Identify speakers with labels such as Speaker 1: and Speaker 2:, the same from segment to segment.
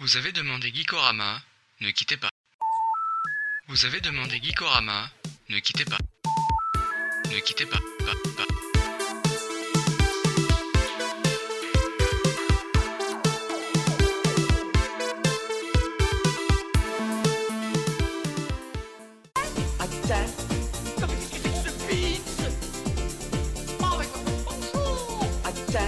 Speaker 1: Vous avez demandé Gikorama, ne quittez pas. Vous avez demandé Gikorama, ne quittez pas. Ne quittez pas, pas, pas.
Speaker 2: Attends, comment est-ce que c'est que ce beat Oh, mais bonjour Attends.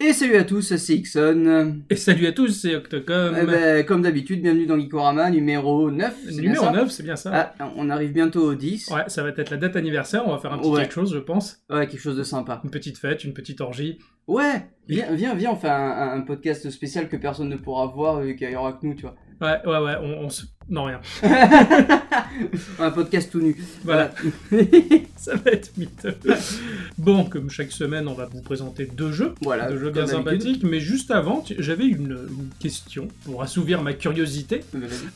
Speaker 3: Et salut à tous, c'est Ixon.
Speaker 4: Et salut à tous, c'est Octocom.
Speaker 3: Eh ben, comme d'habitude, bienvenue dans Gikorama numéro 9. c'est bien
Speaker 4: Numéro
Speaker 3: ça
Speaker 4: 9, c'est bien ça
Speaker 3: Ah, on arrive bientôt au 10.
Speaker 4: Ouais, ça va être la date anniversaire, on va faire un petit
Speaker 3: Ouais.
Speaker 4: quelque chose, je pense.
Speaker 3: Ouais, quelque chose de sympa.
Speaker 4: Une petite fête, une petite orgie.
Speaker 3: Ouais, viens, viens, viens, on fait un, un- un podcast spécial que personne ne pourra voir et qu'il y aura que nous, tu vois.
Speaker 4: Ouais, ouais, ouais, on, on se... Non, rien.
Speaker 3: Un podcast tout nu.
Speaker 4: Voilà,
Speaker 3: Voilà.
Speaker 4: ça va être mythe. bon, comme chaque semaine, on va vous présenter deux jeux.
Speaker 3: Voilà,
Speaker 4: deux jeux
Speaker 3: comme
Speaker 4: bien
Speaker 3: d'habitude.
Speaker 4: sympathiques, mais juste avant, tu- j'avais une, une question pour assouvir ma curiosité.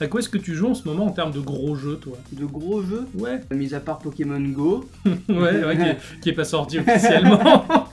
Speaker 4: À quoi est-ce que tu joues en ce moment en termes de gros jeux, toi
Speaker 3: De gros jeux,
Speaker 4: Ouais,
Speaker 3: mis à part Pokémon Go.
Speaker 4: ouais, ouais, qui est, qui est pas sorti officiellement.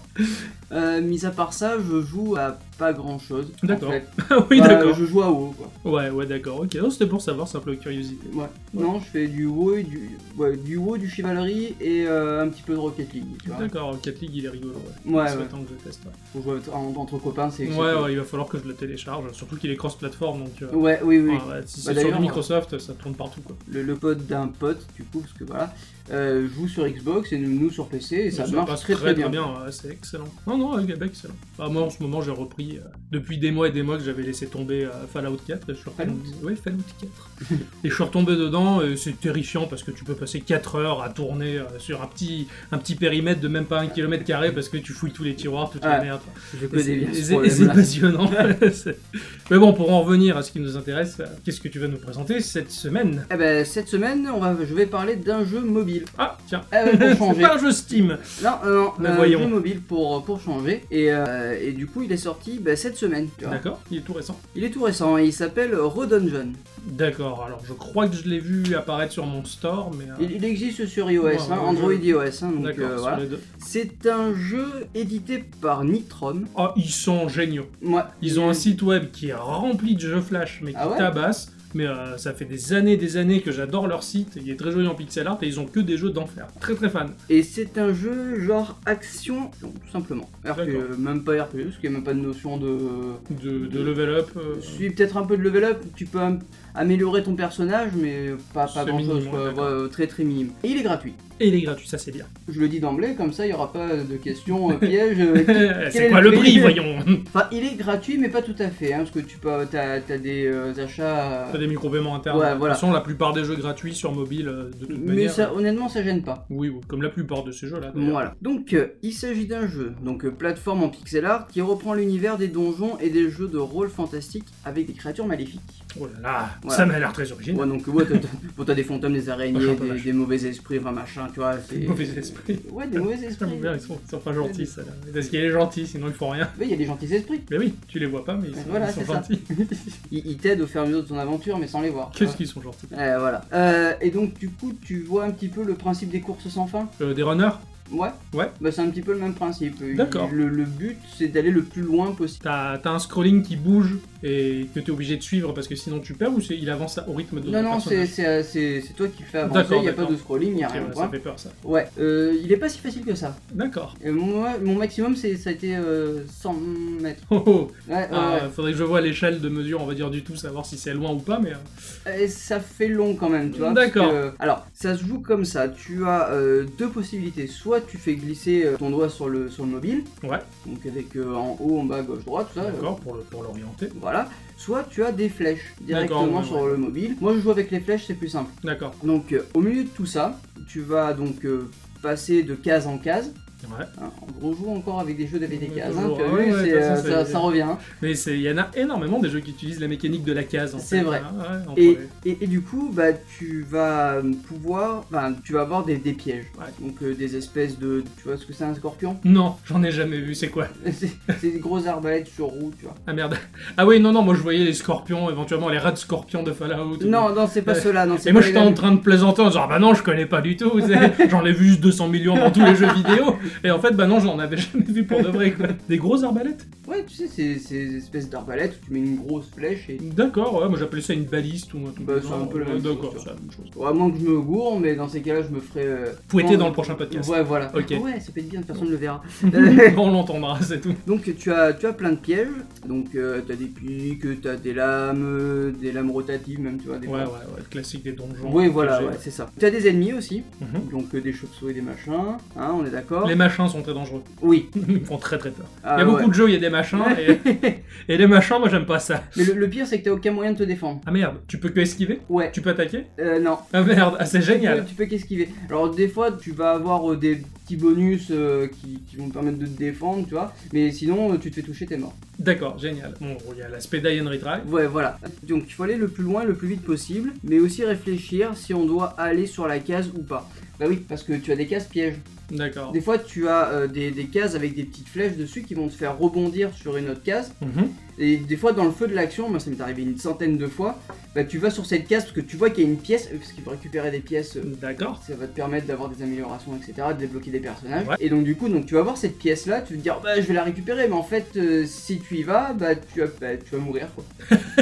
Speaker 3: Euh, mis à part ça, je joue à pas grand chose.
Speaker 4: D'accord.
Speaker 3: En fait.
Speaker 4: oui,
Speaker 3: Bah,
Speaker 4: d'accord.
Speaker 3: Je joue à WoW, quoi.
Speaker 4: Ouais, ouais, d'accord. Ok, Non, c'était pour savoir, simple curiosité.
Speaker 3: Ouais. Non, je fais du WoW, et du, ouais, du WoW, du Chivalry et euh, un petit peu de Rocket League. Tu vois.
Speaker 4: D'accord, Rocket League il est rigolo. Ouais,
Speaker 3: Ouais,
Speaker 4: Ça
Speaker 3: ouais.
Speaker 4: attend que je teste. ouais.
Speaker 3: Pour jouer entre- en- entre copains, c'est.
Speaker 4: Ouais,
Speaker 3: c'est
Speaker 4: ouais, il va falloir que je le télécharge, surtout qu'il est cross-platform donc. euh,
Speaker 3: cool. Ouais, oui, oui.
Speaker 4: ouais, si
Speaker 3: Bah,
Speaker 4: c'est sur
Speaker 3: d'ailleurs,
Speaker 4: du Microsoft, ça tourne partout quoi.
Speaker 3: Le, le pote d'un pote, du coup, parce que voilà, euh, joue sur Xbox et nous, nous sur PC et ça,
Speaker 4: Donc,
Speaker 3: marche
Speaker 4: passe
Speaker 3: très très, bien.
Speaker 4: ouais, c'est excellent. Non, non, ouais, bah, excellent. Bah, moi en ce moment j'ai repris, euh, depuis des mois et des mois que j'avais laissé tomber euh, Fallout 4, et je suis retombé- ouais, Fallout 4. et je suis retombé dedans, et c'est terrifiant parce que tu peux passer 4 heures à tourner euh, sur un petit, un petit périmètre de même pas un kilomètre carré parce que tu fouilles tous les tiroirs, toute la
Speaker 3: Ouais.
Speaker 4: merde.
Speaker 3: Je
Speaker 4: Et
Speaker 3: connais
Speaker 4: C'est
Speaker 3: bien ce
Speaker 4: et c'est- et c'est
Speaker 3: problème-là.
Speaker 4: passionnant. C'est- Mais bon, pour en revenir à ce qui nous intéresse, euh, qu'est-ce que tu vas nous présenter cette semaine
Speaker 3: Eh ben, cette semaine, on va, je vais parler d'un jeu mobile.
Speaker 4: Ah, tiens,
Speaker 3: Eh ouais, pour
Speaker 4: c'est
Speaker 3: changer.
Speaker 4: pas un jeu Steam.
Speaker 3: Non, non,
Speaker 4: Mais
Speaker 3: un
Speaker 4: voyons.
Speaker 3: jeu mobile pour, pour changer. Et, euh, et du coup, il est sorti bah, cette semaine. tu vois.
Speaker 4: D'accord, il est tout récent.
Speaker 3: Il est tout récent et il s'appelle Redungeon.
Speaker 4: D'accord, alors je crois que je l'ai vu apparaître sur mon store, mais. euh,
Speaker 3: Il, il existe sur iOS,
Speaker 4: Ouais,
Speaker 3: hein,
Speaker 4: ouais,
Speaker 3: Android
Speaker 4: je-
Speaker 3: iOS. hein, donc
Speaker 4: D'accord,
Speaker 3: euh,
Speaker 4: sur
Speaker 3: voilà.
Speaker 4: les deux.
Speaker 3: C'est un jeu édité par Nitrom.
Speaker 4: Oh, ils sont géniaux.
Speaker 3: Moi,
Speaker 4: Ils ont un site web qui est rempli de jeux flash, mais qui
Speaker 3: Ah ouais
Speaker 4: tabasse. Mais euh, ça fait des années, des années que j'adore leur site. Il est très joli en pixel art et ils ont que des jeux d'enfer. Très très fan.
Speaker 3: Et c'est un jeu genre action, donc, tout simplement. RPG,
Speaker 4: D'accord.
Speaker 3: même pas RPG, parce qu'il n'y a même pas de notion de.
Speaker 4: De, de level up. euh,
Speaker 3: Suis peut-être un peu de level up, tu peux am- améliorer ton personnage, mais pas, pas
Speaker 4: C'est
Speaker 3: grand chose,
Speaker 4: minime,
Speaker 3: quoi.
Speaker 4: ouais, d'accord.
Speaker 3: Ouais, très très minime. Et il est gratuit.
Speaker 4: Et il est gratuit, ça c'est bien.
Speaker 3: Je le dis d'emblée, comme ça il n'y aura pas de questions euh, pièges. euh, qui- Quel
Speaker 4: c'est
Speaker 3: est
Speaker 4: quoi
Speaker 3: le
Speaker 4: le
Speaker 3: prix
Speaker 4: prix, voyons
Speaker 3: Enfin, il est gratuit, mais pas tout à fait, hein, parce que tu peux, t'as, t'as des euh, achats. euh,
Speaker 4: T'as des micro-paiements internes.
Speaker 3: Ouais,
Speaker 4: De
Speaker 3: voilà.
Speaker 4: toute façon, la plupart des jeux gratuits sur mobile, euh, Ah, de toute
Speaker 3: Mais
Speaker 4: manière.
Speaker 3: ça, honnêtement, ça gêne pas.
Speaker 4: Oui, oui, comme la plupart de ces jeux-là. d'ailleurs.
Speaker 3: Voilà. Donc, euh, il s'agit d'un jeu, donc euh, plateforme en pixel art, qui reprend l'univers des donjons et des jeux de rôle fantastiques avec des créatures maléfiques.
Speaker 4: Oh là là,
Speaker 3: Voilà.
Speaker 4: ça m'a l'air très original.
Speaker 3: Ouais, donc, ouais, t'as- t'as- bon, t'as des fantômes, des araignées,
Speaker 4: Ouais, pas
Speaker 3: des,
Speaker 4: vache.
Speaker 3: des mauvais esprits, enfin machin, tu vois. c'est-
Speaker 4: Mauvais esprit.
Speaker 3: Ouais, des mauvais esprits.
Speaker 4: Merde,
Speaker 3: Ouais,
Speaker 4: ils sont, ils sont pas gentils, ça. Là. Parce qu'il est gentil, sinon ils font rien.
Speaker 3: Il y a des gentils esprits.
Speaker 4: Mais oui, tu les vois pas, mais ils sont,
Speaker 3: Voilà,
Speaker 4: ils sont
Speaker 3: c'est ça.
Speaker 4: gentils.
Speaker 3: Ils, ils t'aident au fur et à mesure de ton aventure, mais sans les voir. tu
Speaker 4: Qu'est-ce
Speaker 3: vois.
Speaker 4: qu'ils sont gentils
Speaker 3: Ouais, voilà. Euh, et donc, du coup, tu vois un petit peu le principe des courses sans fin
Speaker 4: Euh, Des runners
Speaker 3: Ouais.
Speaker 4: Ouais.
Speaker 3: Bah, c'est un petit peu le même principe. Il-
Speaker 4: D'accord.
Speaker 3: Le, le but, c'est d'aller le plus loin possible.
Speaker 4: T'as t'as un scrolling qui bouge et que t'es obligé de suivre parce que sinon tu perds ou c'est- il avance au rythme de
Speaker 3: Non,
Speaker 4: ton
Speaker 3: non, c'est,
Speaker 4: personnage
Speaker 3: c'est, c'est- c'est toi qui fais avancer,
Speaker 4: D'accord,
Speaker 3: il n'y a pas
Speaker 4: d'accord.
Speaker 3: de scrolling, il n'y a
Speaker 4: Ok,
Speaker 3: rien.
Speaker 4: ouais,
Speaker 3: quoi.
Speaker 4: Ça fait peur, ça.
Speaker 3: Ouais, euh, il est pas si facile que ça.
Speaker 4: D'accord.
Speaker 3: Et moi, mon maximum, c'est, ça a été euh, 100 mètres.
Speaker 4: Oh, oh.
Speaker 3: Ouais, ouais,
Speaker 4: Ah, Faudrait que je vois l'échelle de mesure, on va dire, du tout, savoir si c'est loin ou pas, mais... euh,
Speaker 3: ouais. Et ça fait long quand même, tu vois.
Speaker 4: D'accord.
Speaker 3: parce que- euh, alors, ça se joue comme ça. Tu as euh, deux possibilités. Soit tu fais glisser euh, ton doigt sur le, sur le mobile.
Speaker 4: Ouais.
Speaker 3: Donc avec euh, en haut, en bas, gauche, droite, tout ça. euh,
Speaker 4: D'accord, pour le- pour l'orienter.
Speaker 3: voilà. Soit tu as des flèches
Speaker 4: D'accord,
Speaker 3: directement
Speaker 4: ouais,
Speaker 3: sur
Speaker 4: ouais.
Speaker 3: le mobile. Moi, je joue avec les flèches, c'est plus simple.
Speaker 4: D'accord.
Speaker 3: Donc, euh, au milieu de tout ça, tu vas donc euh, passer de case en case.
Speaker 4: Ouais.
Speaker 3: Hein, en gros, joue encore avec des jeux d'avec des
Speaker 4: Ouais,
Speaker 3: cases. hein,
Speaker 4: toujours.
Speaker 3: tu as
Speaker 4: Ouais,
Speaker 3: vu,
Speaker 4: ouais,
Speaker 3: c'est,
Speaker 4: de toute façon,
Speaker 3: euh, ça,
Speaker 4: c'est-
Speaker 3: ça revient. hein.
Speaker 4: Mais c'est- il y en a énormément des jeux qui utilisent la mécanique de la case. en
Speaker 3: C'est
Speaker 4: fait,
Speaker 3: vrai.
Speaker 4: hein, ouais, en
Speaker 3: Et,
Speaker 4: premier.
Speaker 3: et- et du coup, bah, tu vas euh, pouvoir, enfin, tu vas avoir des, des pièges.
Speaker 4: Ouais.
Speaker 3: Donc euh, des espèces de, tu vois ce que c'est un scorpion
Speaker 4: Non, j'en ai jamais vu. C'est quoi
Speaker 3: c'est, c'est des grosses arbalètes sur roue, tu vois.
Speaker 4: Ah merde. Ah oui, non, non, moi je voyais les scorpions, éventuellement les rats de scorpions de Fallout.
Speaker 3: Non, non, c'est pas
Speaker 4: Ouais.
Speaker 3: cela. Non, c'est
Speaker 4: Et moi
Speaker 3: pas les
Speaker 4: j'étais en
Speaker 3: mêmes.
Speaker 4: train de plaisanter en disant Ah bah non, je connais pas du tout. c'est- J'en ai vu 200 millions dans tous les jeux vidéo. Et en fait, bah non, j'en avais jamais vu pour de vrai, quoi. Des grosses arbalètes
Speaker 3: Ouais, tu sais, c'est c'est des espèces d'arbalètes où tu mets une grosse flèche et.
Speaker 4: D'accord, ouais, moi j'appelais ça une baliste ou un truc.
Speaker 3: Bah,
Speaker 4: du
Speaker 3: c'est
Speaker 4: genre.
Speaker 3: un peu la
Speaker 4: Ouais,
Speaker 3: même chose,
Speaker 4: D'accord,
Speaker 3: tu vois.
Speaker 4: c'est la même chose.
Speaker 3: Ou à moins que je me gourre, mais dans ces cas-là, je me ferai. euh,
Speaker 4: Fouetter
Speaker 3: prendre-
Speaker 4: dans le prochain podcast.
Speaker 3: Ouais, voilà. Ah
Speaker 4: Ok.
Speaker 3: Ouais, ça peut être bien, personne ne le verra. Euh,
Speaker 4: on l'entendra, c'est tout.
Speaker 3: Donc tu as, tu as plein de pièges, donc euh, t'as des piques, t'as des lames, euh, des lames rotatives même, tu vois, des
Speaker 4: Ouais, ouais, ouais, le classique des donjons.
Speaker 3: Oui, voilà,
Speaker 4: J'ai-
Speaker 3: ouais, c'est ça. T'as des ennemis aussi,
Speaker 4: Mhm.
Speaker 3: donc euh, des chauves-souris, des machins, hein, on est d'accord
Speaker 4: Les machins sont très dangereux.
Speaker 3: Oui.
Speaker 4: Ils me font très très peur.
Speaker 3: Ah,
Speaker 4: il y a beaucoup
Speaker 3: ouais.
Speaker 4: de jeux, il y a des machins, et, et les machins, moi j'aime pas ça.
Speaker 3: Mais le, le pire, c'est que t'as aucun moyen de te défendre.
Speaker 4: Ah merde, tu peux que esquiver
Speaker 3: Ouais,
Speaker 4: Tu peux attaquer
Speaker 3: euh, non.
Speaker 4: Ah merde, ah, c'est
Speaker 3: Tu
Speaker 4: génial
Speaker 3: peux, tu peux qu'esquiver. Alors des fois, tu vas avoir euh, des petits bonus euh, qui, qui vont te permettre de te défendre, tu vois, mais sinon, euh, tu te fais toucher, t'es mort.
Speaker 4: D'accord, génial. Bon, il y a l'aspect die and retry.
Speaker 3: Ouais, voilà. Donc il faut aller le plus loin, le plus vite possible, mais aussi réfléchir si on doit aller sur la case ou pas. Bah oui, parce que tu as des cases pièges.
Speaker 4: D'accord.
Speaker 3: Des fois, tu as euh, des, des cases avec des petites flèches dessus qui vont te faire rebondir sur une autre case.
Speaker 4: Mhm.
Speaker 3: Et des fois, dans le feu de l'action, moi ça m'est arrivé une centaine de fois, bah tu vas sur cette case parce que tu vois qu'il y a une pièce, euh, parce qu'il faut récupérer des pièces. euh,
Speaker 4: D'accord.
Speaker 3: ça va te permettre d'avoir des améliorations, etc., de débloquer des personnages.
Speaker 4: Ouais.
Speaker 3: Et donc du coup, donc tu vas voir cette pièce là, tu vas te dire bah je vais la récupérer, mais en fait euh, si tu y vas, bah tu, vas- bah, tu vas mourir quoi.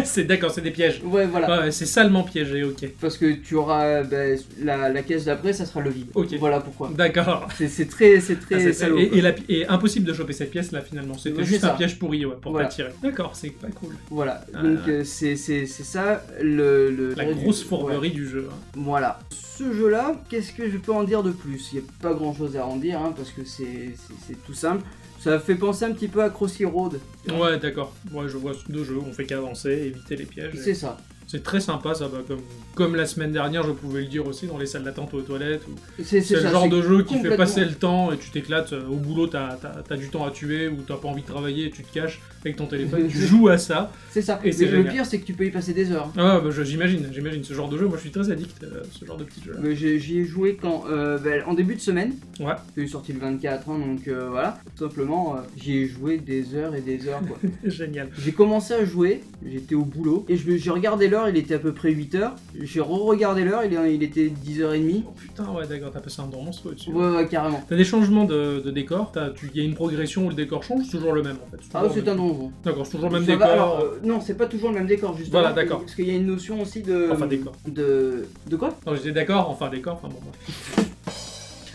Speaker 4: c'est d'accord, c'est des pièges.
Speaker 3: Ouais voilà.
Speaker 4: Ouais, ouais, c'est salement piégé, ok.
Speaker 3: Parce que tu auras bah, la, la caisse d'après, ça sera le vide.
Speaker 4: Ok.
Speaker 3: Voilà pourquoi.
Speaker 4: D'accord.
Speaker 3: C'est- C'est très, c'est
Speaker 4: Ah,
Speaker 3: très
Speaker 4: c'est-
Speaker 3: salaud.
Speaker 4: et,
Speaker 3: quoi.
Speaker 4: et la pi- et impossible de choper cette pièce là finalement. C'était
Speaker 3: Ouais,
Speaker 4: juste
Speaker 3: c'est
Speaker 4: un
Speaker 3: ça.
Speaker 4: piège pourri ouais, pour
Speaker 3: Voilà.
Speaker 4: t'attirer. D'accord, c'est pas cool.
Speaker 3: Voilà.
Speaker 4: Ah,
Speaker 3: Donc
Speaker 4: ouais.
Speaker 3: euh, c'est c'est- c'est ça le, le-
Speaker 4: La
Speaker 3: le-
Speaker 4: grosse
Speaker 3: ouais.
Speaker 4: fourberie du jeu. hein.
Speaker 3: Voilà. Ce jeu-là, qu'est-ce que je peux en dire de plus Il n'y a pas grand-chose à en dire hein, parce que c'est c'est- c'est tout simple. Ça fait penser un petit peu à Crossy Road.
Speaker 4: Ouais, d'accord. Ouais, je vois ce deux jeux, on fait qu'avancer, éviter les pièges.
Speaker 3: C'est ça.
Speaker 4: C'est très sympa ça, bah, comme, comme la semaine dernière, je pouvais le dire aussi dans les salles d'attente ou aux toilettes. ou-
Speaker 3: C'est
Speaker 4: C'est
Speaker 3: c'est
Speaker 4: le
Speaker 3: ça,
Speaker 4: genre
Speaker 3: c'est
Speaker 4: de jeu qui fait
Speaker 3: complètement-
Speaker 4: passer le temps et tu t'éclates. euh, Au boulot, t'as as, du temps à tuer ou t'as pas envie de travailler et tu te caches avec ton téléphone, tu joues à ça.
Speaker 3: C'est ça.
Speaker 4: Et
Speaker 3: Et
Speaker 4: c'est
Speaker 3: le
Speaker 4: génial.
Speaker 3: pire, c'est que tu peux y passer des heures.
Speaker 4: Ah, bah, je- j'imagine, j'imagine ce genre de jeu. Moi, je suis très addict euh, à ce genre de petit jeu.
Speaker 3: Mais j'ai- J'y ai joué quand, euh, ben, en début de semaine.
Speaker 4: Ouais.
Speaker 3: Je suis sorti le 24, hein, donc euh, voilà. Tout simplement, euh, j'y ai joué des heures et des heures. quoi.
Speaker 4: Génial.
Speaker 3: j'ai commencé à jouer, j'étais au boulot, et je- j'ai regardé l'heure, il était à peu près 8h. J'ai re-regardé l'heure, il, est- il était 10h30.
Speaker 4: Oh, putain, ouais, d'accord, t'as passé un temps monstre dessus.
Speaker 3: Ouais, ouais, carrément.
Speaker 4: T'as des changements de, de décor, il y a une progression où le décor change, c'est toujours le même en fait.
Speaker 3: Ah,
Speaker 4: toujours le
Speaker 3: c'est un
Speaker 4: même.
Speaker 3: donjon.
Speaker 4: D'accord, c'est toujours le même
Speaker 3: Ça va,
Speaker 4: décor.
Speaker 3: alors, euh, non, c'est pas toujours le même décor, justement.
Speaker 4: Voilà, d'accord.
Speaker 3: Parce qu'il y a une notion aussi de.
Speaker 4: Enfin, décor.
Speaker 3: De. De quoi
Speaker 4: Non, j'étais d'accord, enfin décor, enfin bon.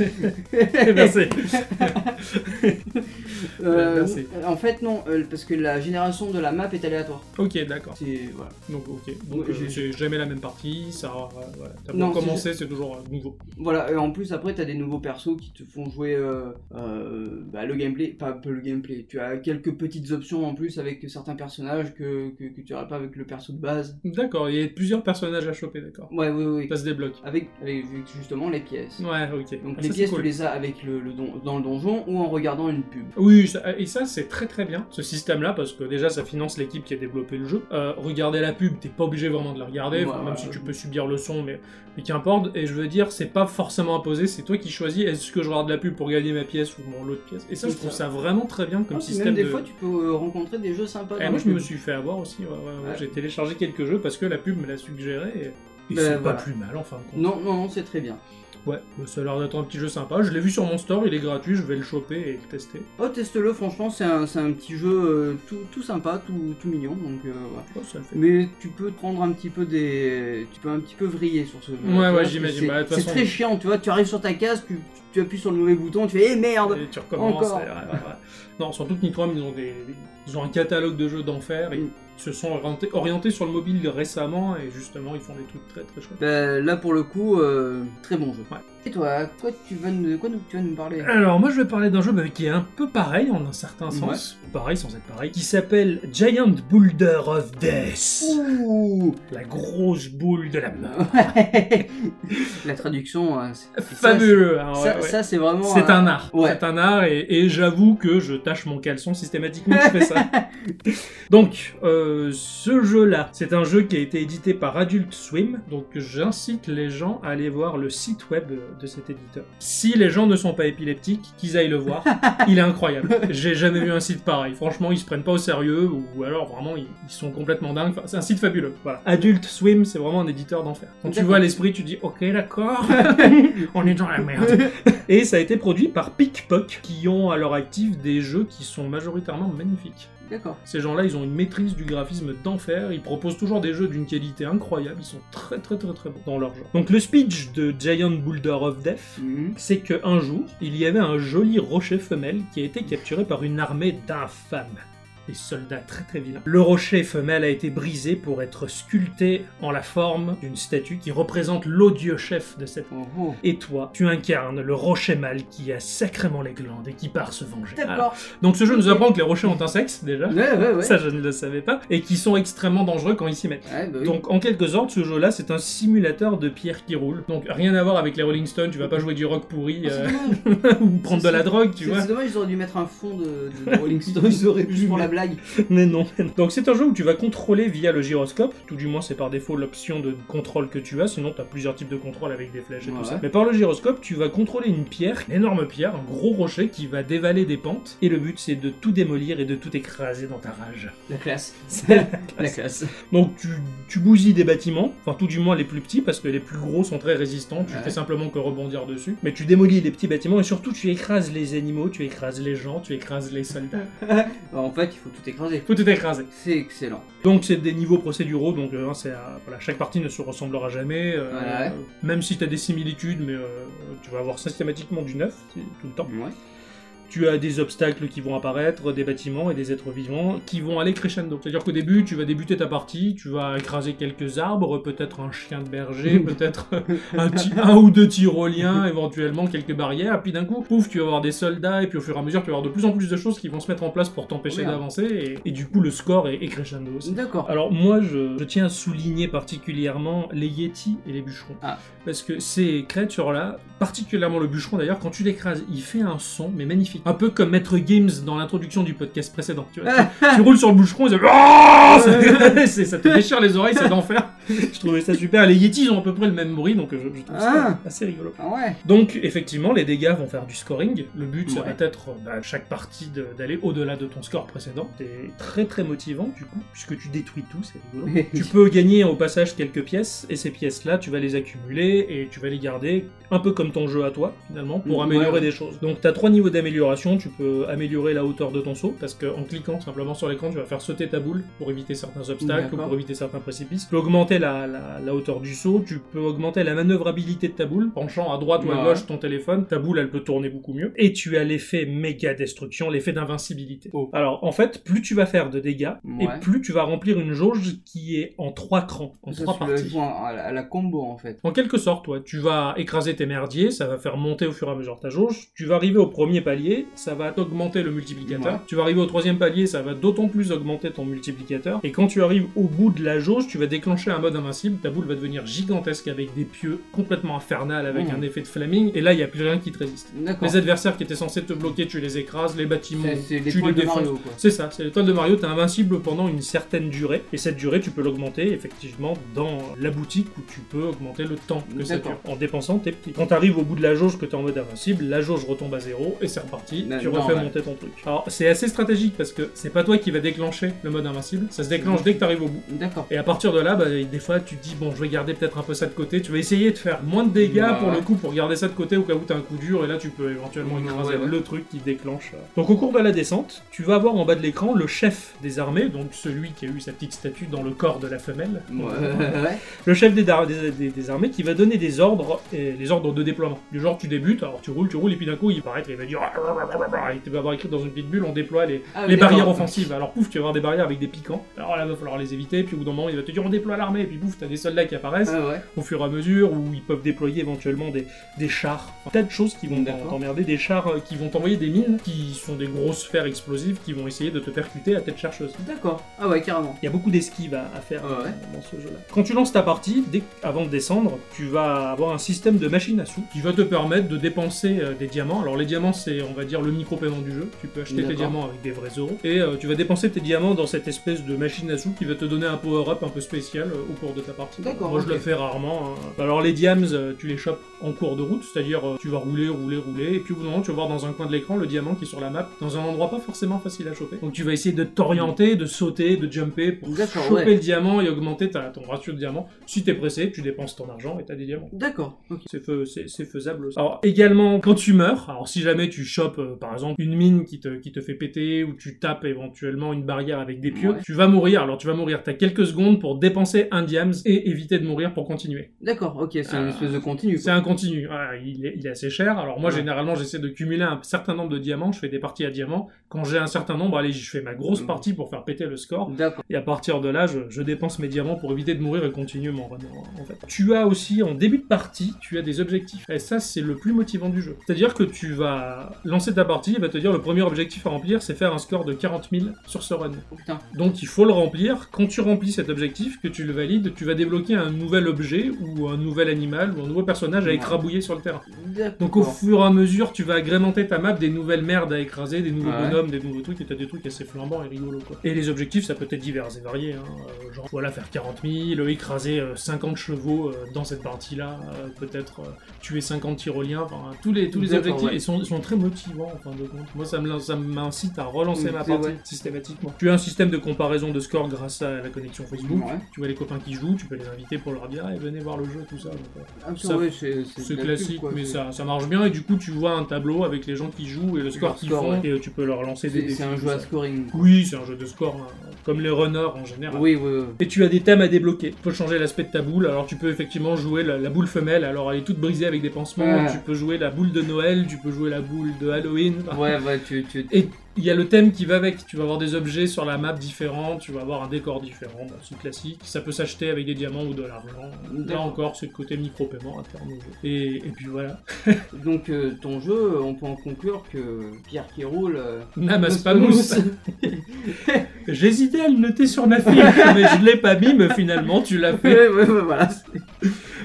Speaker 4: Eh ben, bref. Merci.
Speaker 3: Euh,
Speaker 4: Merci.
Speaker 3: En fait, non, euh, parce que la génération de la map est aléatoire.
Speaker 4: Ok, d'accord.
Speaker 3: C'est. Voilà.
Speaker 4: Donc, ok. Donc,
Speaker 3: Ouais,
Speaker 4: euh,
Speaker 3: j'ai-
Speaker 4: c'est jamais la même partie, ça. euh, voilà. T'as
Speaker 3: Non,
Speaker 4: beau commencer, c'est toujours euh, nouveau.
Speaker 3: Voilà, et en plus après t'as des nouveaux persos qui te font jouer euh, euh, bah, le gameplay, pas peu le gameplay, tu as quelques petites options en plus avec certains personnages que, que, que tu n'aurais pas avec le perso de base.
Speaker 4: D'accord, il y a plusieurs personnages à choper, d'accord.
Speaker 3: Ouais, oui, oui.
Speaker 4: Ça se débloque.
Speaker 3: Avec, avec justement les pièces.
Speaker 4: Ouais, ok.
Speaker 3: Donc
Speaker 4: Ah,
Speaker 3: les
Speaker 4: ça, c'est
Speaker 3: pièces
Speaker 4: cool.
Speaker 3: tu les as avec le, le don- dans le donjon ou en regardant une pub.
Speaker 4: Oui, ça- euh, et ça c'est très très bien, ce système-là, parce que déjà ça finance l'équipe qui a développé le jeu. Euh, regarder la pub, t'es pas obligé vraiment de la regarder,
Speaker 3: Ouais.
Speaker 4: même si tu peux subir le son, mais, mais qu'importe. Et je veux dire, c'est pas forcément imposé, c'est toi qui choisis est-ce que je regarde la pub pour gagner ma pièce ou mon lot de pièces. Et ça, je
Speaker 3: C'est
Speaker 4: trouve
Speaker 3: ça.
Speaker 4: ça vraiment très bien
Speaker 3: Ah,
Speaker 4: comme
Speaker 3: puis
Speaker 4: système
Speaker 3: même des
Speaker 4: de...
Speaker 3: fois tu peux euh, rencontrer des jeux sympas.
Speaker 4: Eh,
Speaker 3: dans
Speaker 4: moi,
Speaker 3: la
Speaker 4: je me
Speaker 3: pub.
Speaker 4: suis fait avoir aussi. ouais, ouais, ouais.
Speaker 3: Ouais.
Speaker 4: J'ai téléchargé quelques jeux parce que la pub me l'a suggéré. Et, et
Speaker 3: Ben,
Speaker 4: c'est
Speaker 3: voilà.
Speaker 4: pas plus mal, enfin. compte.
Speaker 3: Non, non, non, c'est très bien.
Speaker 4: Ouais, ça a l'air d'être un petit jeu sympa. Je l'ai vu sur mon store, il est gratuit, je vais le choper et le tester.
Speaker 3: Oh, teste-le, franchement, c'est un, c'est un petit jeu euh, tout, tout sympa, tout, tout mignon, donc euh, voilà.
Speaker 4: Oh, ça le fait.
Speaker 3: Mais tu peux te prendre un petit peu des. Tu peux un petit peu vriller sur ce jeu.
Speaker 4: ouais,
Speaker 3: Tu vois,
Speaker 4: j'imagine.
Speaker 3: c'est-
Speaker 4: Bah, de toute
Speaker 3: C'est
Speaker 4: façon-
Speaker 3: très chiant, tu vois. Tu arrives sur ta case, tu, tu appuies sur le mauvais bouton, tu fais Eh merde
Speaker 4: Et tu recommences.
Speaker 3: Encore.
Speaker 4: et ouais, ouais, ouais. Non, surtout que Nitrom, ils ont, des, ils ont un catalogue de jeux d'enfer. et
Speaker 3: Mm.
Speaker 4: Ils se sont orientés, orientés sur le mobile récemment et justement, ils font des trucs très très chouettes.
Speaker 3: Bah, Là, pour le coup, euh, très bon jeu.
Speaker 4: Ouais. Euh,
Speaker 3: Et toi, quoi tu veux nous- de quoi nous- tu vas nous parler
Speaker 4: Alors, moi, je vais parler d'un jeu bah, qui est un peu pareil en un certain sens, pareil sans être pareil, qui s'appelle Giant Boulder of Death.
Speaker 3: Ouh
Speaker 4: La grosse boule de la mort.
Speaker 3: Ouais. La traduction, euh, c'est- ça,
Speaker 4: Fabuleux. hein,
Speaker 3: c'est-
Speaker 4: ouais,
Speaker 3: Ça,
Speaker 4: ouais.
Speaker 3: ça, c'est vraiment. euh,
Speaker 4: C'est un art.
Speaker 3: ouais.
Speaker 4: C'est un art et, et j'avoue que je tape tâche mon caleçon systématiquement, je fais ça. Donc, euh, ce jeu-là, c'est un jeu qui a été édité par Adult Swim, donc j'incite les gens à aller voir le site web de cet éditeur. Si les gens ne sont pas épileptiques, qu'ils aillent le voir, il est incroyable. J'ai jamais vu un site pareil. Franchement, ils se prennent pas au sérieux, ou alors vraiment, ils, ils sont complètement dingues. Enfin, c'est un site fabuleux. Voilà. Adult Swim, c'est vraiment un éditeur d'enfer. Quand tu
Speaker 3: D'accord.
Speaker 4: vois l'esprit, tu dis, ok, d'accord, on est dans la Ah, merde. Et ça a été produit par Pickpock, qui ont à leur actif des jeux qui sont majoritairement magnifiques.
Speaker 3: D'accord.
Speaker 4: Ces gens-là, ils ont une maîtrise du graphisme d'enfer, ils proposent toujours des jeux d'une qualité incroyable, ils sont très très très très bons dans leur genre. Donc le speech de Giant Boulder of Death,
Speaker 3: Mhm.
Speaker 4: c'est qu'un jour, il y avait un joli rocher femelle qui a été capturé par une armée d'infâmes. Des soldats très très vilains. Le rocher femelle a été brisé pour être sculpté en la forme d'une statue qui représente l'odieux chef de cette
Speaker 3: Oh, oh.
Speaker 4: et toi, tu incarnes le rocher mâle qui a sacrément les glandes et qui part se venger. Voilà.
Speaker 3: D'accord.
Speaker 4: Donc ce jeu nous apprend que les rochers ont un sexe déjà.
Speaker 3: Ouais, ouais, ouais.
Speaker 4: Ça, je ne le savais pas. Et qui sont extrêmement dangereux quand ils s'y mettent.
Speaker 3: Ouais, bah oui.
Speaker 4: Donc en quelque sorte, ce jeu-là, c'est un simulateur de pierre qui roule. Donc rien à voir avec les Rolling Stones, tu vas pas jouer du rock pourri
Speaker 3: Ah, c'est
Speaker 4: euh,
Speaker 3: dommage.
Speaker 4: ou prendre de la drogue, tu
Speaker 3: C'est-
Speaker 4: vois.
Speaker 3: C'est dommage, ils auraient dû mettre un fond de, de- de Rolling Stones juste pour la blague.
Speaker 4: Mais non. Donc c'est un jeu où tu vas contrôler via le gyroscope, tout du moins c'est par défaut l'option de contrôle que tu as, sinon tu as plusieurs types de contrôle avec des flèches et
Speaker 3: Ouais.
Speaker 4: tout ça. Mais par le gyroscope, tu vas contrôler une pierre, une énorme pierre, un gros rocher qui va dévaler des pentes, et le but c'est de tout démolir et de tout écraser dans ta rage.
Speaker 3: La classe. La classe.
Speaker 4: Donc tu, tu bousilles des bâtiments, enfin tout du moins les plus petits, parce que les plus gros sont très résistants, tu
Speaker 3: Ouais.
Speaker 4: fais simplement que rebondir dessus, mais tu démolis les petits bâtiments et surtout tu écrases les animaux, tu écrases les gens, tu écrases les soldats.
Speaker 3: En fait, il faut tout écraser.
Speaker 4: Faut tout écraser.
Speaker 3: C'est excellent.
Speaker 4: Donc c'est des niveaux procéduraux, donc euh, hein, c'est à- voilà, chaque partie ne se ressemblera jamais, euh,
Speaker 3: Ouais.
Speaker 4: euh, même si tu as des similitudes, mais euh, tu vas avoir systématiquement du neuf c'est tout le temps.
Speaker 3: Ouais.
Speaker 4: Tu as des obstacles qui vont apparaître, des bâtiments et des êtres vivants qui vont aller crescendo. C'est-à-dire qu'au début, tu vas débuter ta partie, tu vas écraser quelques arbres, peut-être un chien de berger, peut-être un, ti- un ou deux tyroliens, éventuellement quelques barrières, puis d'un coup, pouf, tu vas avoir des soldats, et puis au fur et à mesure, tu vas avoir de plus en plus de choses qui vont se mettre en place pour t'empêcher
Speaker 3: Oula.
Speaker 4: d'avancer, et, et du coup, le score est, est crescendo aussi.
Speaker 3: D'accord.
Speaker 4: Alors moi, je, je tiens à souligner particulièrement les yétis et les bûcherons.
Speaker 3: Ah.
Speaker 4: Parce que ces créatures-là, particulièrement le bûcheron d'ailleurs, quand tu l'écrases, il fait un son, mais magnifique. Un peu comme Maître Gims dans l'introduction du podcast précédent. Tu, vois, tu- tu roules sur le bûcheron, ils ça, c'est- ça te déchire les oreilles, c'est d'enfer. Je trouvais ça super. Les yétis ils ont à peu près le même bruit, donc euh, je, je trouve ça assez rigolo.
Speaker 3: Ah ouais.
Speaker 4: Donc effectivement, les dégâts vont faire du scoring. Le but, ça
Speaker 3: Ouais.
Speaker 4: va être euh, bah, chaque partie de- d'aller au-delà de ton score précédent. C'est très très motivant du coup, puisque tu détruis tout, c'est rigolo. tu peux gagner au passage quelques pièces, et ces pièces-là, tu vas les accumuler et tu vas les garder un peu comme ton jeu à toi, finalement, pour
Speaker 3: Mm, Ouais.
Speaker 4: améliorer des choses. Donc tu as trois niveaux d'amélioration. Tu peux améliorer la hauteur de ton saut, parce qu'en cliquant simplement sur l'écran, tu vas faire sauter ta boule pour éviter certains obstacles ou
Speaker 3: D'accord.
Speaker 4: pour éviter certains précipices. Tu peux augmenter la, la- la hauteur du saut, tu peux augmenter la manœuvrabilité de ta boule, penchant à droite ou à
Speaker 3: Ouais.
Speaker 4: gauche ton téléphone, ta boule elle peut tourner beaucoup mieux. Et tu as l'effet méga destruction, l'effet d'invincibilité.
Speaker 3: Oh.
Speaker 4: Alors en fait, plus tu vas faire de dégâts,
Speaker 3: Ouais.
Speaker 4: et plus tu vas remplir une jauge qui est en trois crans, en
Speaker 3: Ça,
Speaker 4: trois
Speaker 3: tu l'as
Speaker 4: parties.
Speaker 3: joué à à la, combo en fait.
Speaker 4: En quelque sorte, ouais. tu vas écraser tes merdiers, ça va faire monter au fur et à mesure ta jauge. Tu vas arriver au premier palier, ça va augmenter le multiplicateur.
Speaker 3: Ouais.
Speaker 4: Tu vas arriver au troisième palier, ça va d'autant plus augmenter ton multiplicateur. Et quand tu arrives au bout de la jauge, tu vas déclencher un mode invincible. Ta boule va devenir gigantesque avec des pieux complètement infernales, avec
Speaker 3: Mmh.
Speaker 4: un effet de flaming. Et là, il n'y a plus rien qui te résiste.
Speaker 3: D'accord.
Speaker 4: Les adversaires qui étaient censés te bloquer, tu les écrases. Les bâtiments,
Speaker 3: C'est c'est
Speaker 4: tu les
Speaker 3: l'étoile de
Speaker 4: défends.
Speaker 3: Mario quoi.
Speaker 4: C'est ça, c'est l'étoile de Mario, t'es invincible pendant une certaine durée, et cette durée tu peux l'augmenter effectivement dans la boutique où tu peux augmenter le temps que ça dure
Speaker 3: D'accord.
Speaker 4: en dépensant tes petits. Quand t'arrives au bout de la jauge que t'es en mode invincible, la jauge retombe à zéro et c'est reparti,
Speaker 3: Non,
Speaker 4: tu refais
Speaker 3: Bah, normal.
Speaker 4: monter ton truc. Alors c'est assez stratégique parce que c'est pas toi qui va déclencher le mode invincible, ça se déclenche dès que t'arrives au bout.
Speaker 3: D'accord.
Speaker 4: Et à partir de là, bah, des fois, tu te dis, bon, je vais garder peut-être un peu ça de côté. Tu vas essayer de faire moins de dégâts
Speaker 3: Ouais.
Speaker 4: pour le coup, pour garder ça de côté au cas où t'as un coup dur. Et là, tu peux éventuellement
Speaker 3: Ouais,
Speaker 4: écraser
Speaker 3: ouais.
Speaker 4: le truc qui déclenche. euh. Donc, au cours de la descente, tu vas avoir en bas de l'écran le chef des armées, donc celui qui a eu sa petite statue dans le corps de la femelle.
Speaker 3: Ouais, ouais, ouais.
Speaker 4: Le chef des, dar- des- des- des armées qui va donner des ordres, et les ordres de déploiement. Du genre, tu débutes, alors tu roules, tu roules, et puis d'un coup, il va apparaître, il va dire. Et tu vas avoir écrit dans une petite bulle, on déploie les,
Speaker 3: Ah,
Speaker 4: les
Speaker 3: d'accord.
Speaker 4: barrières offensives, alors pouf, tu vas avoir des barrières avec des piquants. Alors là, va falloir les éviter, puis au bout d'un moment, il va te dire on déploie l'armée, et puis pouf, t'as des soldats qui apparaissent
Speaker 3: Ah ouais.
Speaker 4: au fur et à mesure, où ils peuvent déployer éventuellement des, des chars. Enfin, tas de choses qui vont
Speaker 3: D'accord.
Speaker 4: t'emmerder, des chars euh, qui vont t'envoyer des mines, qui sont des grosses sphères explosives qui vont essayer de te percuter à tête chercheuse.
Speaker 3: D'accord. Ah ouais, carrément.
Speaker 4: Il y a beaucoup d'esquives à, à faire euh,
Speaker 3: Ah ouais.
Speaker 4: dans, dans ce jeu-là. Quand tu lances ta partie, dès, avant de descendre, tu vas avoir un système de machine à sous qui va te permettre de dépenser euh, des diamants. Alors les diamants, c'est on va va dire le micro-paiement du jeu. Tu peux acheter tes
Speaker 3: D'accord.
Speaker 4: diamants avec des vrais euros. Et euh, tu vas dépenser tes diamants dans cette espèce de machine à sous qui va te donner un power-up un peu spécial euh, au cours de ta partie.
Speaker 3: D'accord,
Speaker 4: Moi, je
Speaker 3: ok.
Speaker 4: le fais rarement. hein. Alors, les diams, euh, tu les chopes en cours de route, c'est-à-dire euh, tu vas rouler, rouler, rouler. Et puis, au bout d'un moment, tu vas voir dans un coin de l'écran le diamant qui est sur la map, dans un endroit pas forcément facile à choper. Donc, tu vas essayer de t'orienter, de sauter, de jumper pour
Speaker 3: D'accord,
Speaker 4: choper
Speaker 3: ouais.
Speaker 4: le diamant et augmenter ta- ton ratio de diamants. Si t'es pressé, tu dépenses ton argent et t'as des diamants.
Speaker 3: D'accord, ok.
Speaker 4: C'est feu- c'est- c'est faisable aussi. Alors également, quand tu meurs, alors si jamais tu chopes euh, par exemple une mine qui te, qui te fait péter ou tu tapes éventuellement une barrière avec des pieux,
Speaker 3: Ouais.
Speaker 4: tu vas mourir. Alors tu vas mourir, t'as quelques secondes pour dépenser un diams et éviter de mourir pour continuer.
Speaker 3: D'accord, ok, c'est
Speaker 4: Euh,
Speaker 3: une espèce de continu.
Speaker 4: C'est
Speaker 3: quoi.
Speaker 4: un continu, Voilà, il, est, il est assez cher. Alors moi
Speaker 3: Ouais.
Speaker 4: généralement j'essaie de cumuler un certain nombre de diamants, je fais des parties à diamants. Quand j'ai un certain nombre, allez, je fais ma grosse
Speaker 3: Mm.
Speaker 4: partie pour faire péter le score.
Speaker 3: D'accord.
Speaker 4: Et à partir de là, je, je dépense mes diamants pour éviter de mourir et continuer mon run. En fait. Tu as aussi, en début de partie, tu as des objectifs. Et ça, c'est le plus motivant du jeu. C'est-à-dire que tu vas lancer ta partie, il va te dire le premier objectif à remplir, c'est faire un score de 40 000 sur ce run.
Speaker 3: Oh, putain.
Speaker 4: Donc il faut le remplir. Quand tu remplis cet objectif, que tu le valides, tu vas débloquer un nouvel objet ou un nouvel animal ou un nouveau personnage à
Speaker 3: Ouais.
Speaker 4: écrabouiller sur le terrain.
Speaker 3: D'accord.
Speaker 4: Donc au fur et à mesure, tu vas agrémenter ta map des nouvelles merdes à écraser, des nouveaux
Speaker 3: Ouais.
Speaker 4: bonhommes, des nouveaux trucs, et t'as des trucs assez flambants et rigolos. Quoi. Et les objectifs, ça peut être divers et variés. Hein. euh, genre, voilà, faire 40 000, écraser euh, 50 chevaux euh, dans cette partie-là, euh, peut-être euh, tuer 50 tyroliens. Enfin, hein, tous les, tous les
Speaker 3: D'accord,
Speaker 4: objectifs
Speaker 3: ouais.
Speaker 4: ils sont, sont très motivants en fin de compte. Moi, ça me lance- ça m'incite à relancer
Speaker 3: Mm,
Speaker 4: ma
Speaker 3: c'est
Speaker 4: partie
Speaker 3: vrai.
Speaker 4: systématiquement. Tu as un système de comparaison de score grâce à la connexion Facebook.
Speaker 3: Ouais.
Speaker 4: Tu vois les copains qui jouent, tu peux les inviter pour leur dire, et venez voir le jeu, tout ça. Donc, euh,
Speaker 3: Ah,
Speaker 4: Ça-
Speaker 3: ouais, c'est c'est
Speaker 4: c'est
Speaker 3: de la pub,
Speaker 4: classique,
Speaker 3: quoi,
Speaker 4: mais
Speaker 3: c'est-
Speaker 4: ça, ça marche bien. Et du coup, tu vois un tableau avec les gens qui jouent et le score
Speaker 3: Leur
Speaker 4: qu'ils
Speaker 3: score,
Speaker 4: font,
Speaker 3: ouais.
Speaker 4: et euh, tu peux leur lancer des
Speaker 3: C'est
Speaker 4: défis.
Speaker 3: c'est un
Speaker 4: tout
Speaker 3: jeu à
Speaker 4: ça.
Speaker 3: scoring.
Speaker 4: Oui, c'est un jeu de score, hein, comme les runners en général.
Speaker 3: Oui, oui, oui.
Speaker 4: Et tu as des thèmes à débloquer. Tu peux changer l'aspect de ta boule. Alors tu peux effectivement jouer la, la boule femelle. Alors elle est toute brisée avec des pansements.
Speaker 3: Ouais.
Speaker 4: Tu peux jouer la boule de Noël. Tu peux jouer la boule de Halloween.
Speaker 3: Ouais, ouais, tu. tu...
Speaker 4: Et il y a le thème qui va avec. Tu vas avoir des objets sur la map différents, tu vas avoir un décor différent, bon, c'est classique. Ça peut s'acheter avec des diamants ou de l'argent. Là
Speaker 3: D'accord.
Speaker 4: encore, c'est le côté micro-paiement interne au jeu. Et, et puis voilà.
Speaker 3: Donc, euh, ton jeu, on peut en conclure que Pierre qui roule. euh,
Speaker 4: Namas
Speaker 3: n'ose
Speaker 4: pas mousse. J'hésitais à le noter sur ma fiche, mais je l'ai pas mis, mais finalement tu l'as
Speaker 3: ouais,
Speaker 4: fait.
Speaker 3: ouais, ouais, voilà.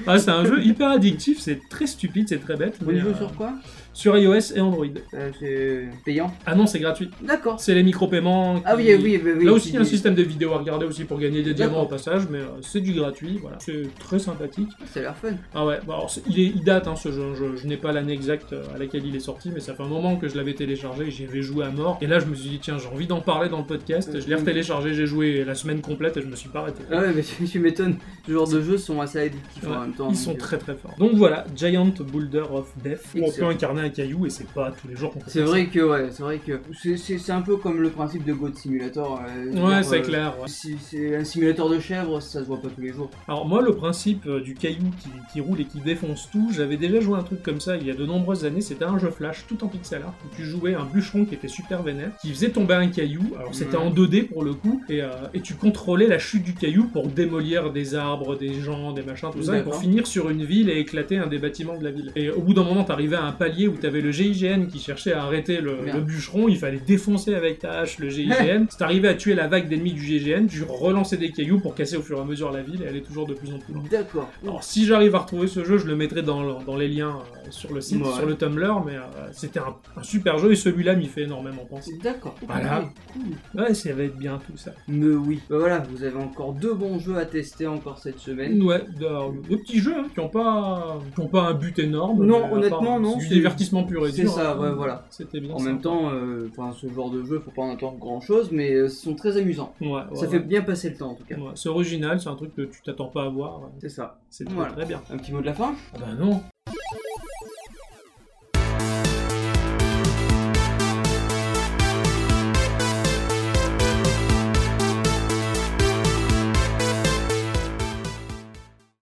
Speaker 4: Ah, c'est un jeu hyper addictif, c'est très stupide, c'est très bête.
Speaker 3: On
Speaker 4: mais,
Speaker 3: y joue
Speaker 4: euh,
Speaker 3: sur quoi
Speaker 4: sur iOS et Android.
Speaker 3: Euh, C'est payant.
Speaker 4: Ah non, c'est gratuit.
Speaker 3: D'accord.
Speaker 4: C'est les micro-paiements.
Speaker 3: Ah oui,
Speaker 4: qui-
Speaker 3: oui, oui. oui
Speaker 4: Là aussi, il y a un
Speaker 3: c'est-
Speaker 4: système de vidéos à regarder aussi pour gagner des diamants
Speaker 3: D'accord.
Speaker 4: au passage, mais euh, c'est du gratuit, voilà. C'est très sympathique.
Speaker 3: Ça a l'air fun.
Speaker 4: Ah ouais, bah alors, c'est- il, est, il date hein, ce jeu, je, je n'ai pas l'année exacte euh, à laquelle il est sorti, mais ça fait un moment que je l'avais téléchargé et j'y avais joué à mort. Et là, je me suis dit, tiens, j'ai envie d'en parler dans le podcast. Je l'ai retéléchargé, j'ai joué la semaine complète et je me suis pas arrêté.
Speaker 3: Mm. Ah ouais, mais tu, tu m'étonnes. Ce genre de jeux sont assez addictifs
Speaker 4: Ouais,
Speaker 3: en même temps.
Speaker 4: Ils sont
Speaker 3: donc, euh,
Speaker 4: très très forts. Donc voilà, Giant Boulder of Death. On peut
Speaker 3: Excellent.
Speaker 4: incarner un caillou et c'est pas tous les jours qu'on peut
Speaker 3: C'est
Speaker 4: faire ça.
Speaker 3: vrai que, ouais, c'est vrai que. c'est- C'est c'est un peu comme le principe de God Simulator. euh, je veux
Speaker 4: Ouais,
Speaker 3: dire,
Speaker 4: c'est
Speaker 3: euh,
Speaker 4: clair. ouais.
Speaker 3: Si c'est un simulateur de chèvre, ça se voit pas tous les jours.
Speaker 4: Alors moi, le principe euh, du caillou qui, qui roule et qui défonce tout, j'avais déjà joué un truc comme ça il y a de nombreuses années, c'était un jeu flash tout en pixel art, où tu jouais un bûcheron qui était super vénère, qui faisait tomber un caillou, alors c'était
Speaker 3: Ouais.
Speaker 4: en 2D pour le coup, et, euh, et tu contrôlais la chute du caillou pour démolir des arbres, des gens, des machins, tout ça, et pour
Speaker 3: D'accord.
Speaker 4: finir sur une ville et éclater un des bâtiments de la ville. Et au bout d'un moment, t'arrivais à un palier où t'avais le GIGN qui cherchait à arrêter le,
Speaker 3: Merde.
Speaker 4: le bûcheron, il fallait défoncer avec ta hache le GIGN. si t'arrivais à tuer la vague d'ennemis du GIGN, tu relançais des cailloux pour casser au fur et à mesure la ville et aller toujours de plus en plus loin.
Speaker 3: D'accord.
Speaker 4: Alors si j'arrive à retrouver ce jeu, je le mettrai dans, le- dans les liens euh, sur le site,
Speaker 3: Ouais.
Speaker 4: sur le Tumblr, mais euh, c'était un, un super jeu et celui-là m'y fait énormément penser.
Speaker 3: D'accord.
Speaker 4: Voilà.
Speaker 3: Cool.
Speaker 4: Ouais, ça va être bien tout ça.
Speaker 3: Mais oui. Bah voilà, vous avez encore deux bons jeux à tester encore cette semaine.
Speaker 4: Ouais, de, de petits jeux hein, qui n'ont pas, qui ont pas un but énorme.
Speaker 3: Non,
Speaker 4: mais à part-
Speaker 3: honnêtement, non,
Speaker 4: C'est du
Speaker 3: c'est-
Speaker 4: divertissement pur et
Speaker 3: c'est
Speaker 4: dur. hein.
Speaker 3: ça, ouais, voilà.
Speaker 4: C'était bien.
Speaker 3: En
Speaker 4: sympa.
Speaker 3: même temps, euh, enfin, ce genre de jeu, faut pas en attendre grand chose, mais euh, ils sont très amusants.
Speaker 4: Ouais, ouais,
Speaker 3: ça
Speaker 4: ouais.
Speaker 3: fait bien passer le temps en tout cas.
Speaker 4: Ouais, c'est original, c'est un truc que tu t'attends pas à voir.
Speaker 3: C'est ça.
Speaker 4: C'est très,
Speaker 3: Voilà.
Speaker 4: très bien.
Speaker 3: Un petit mot de la fin
Speaker 4: Ah bah non.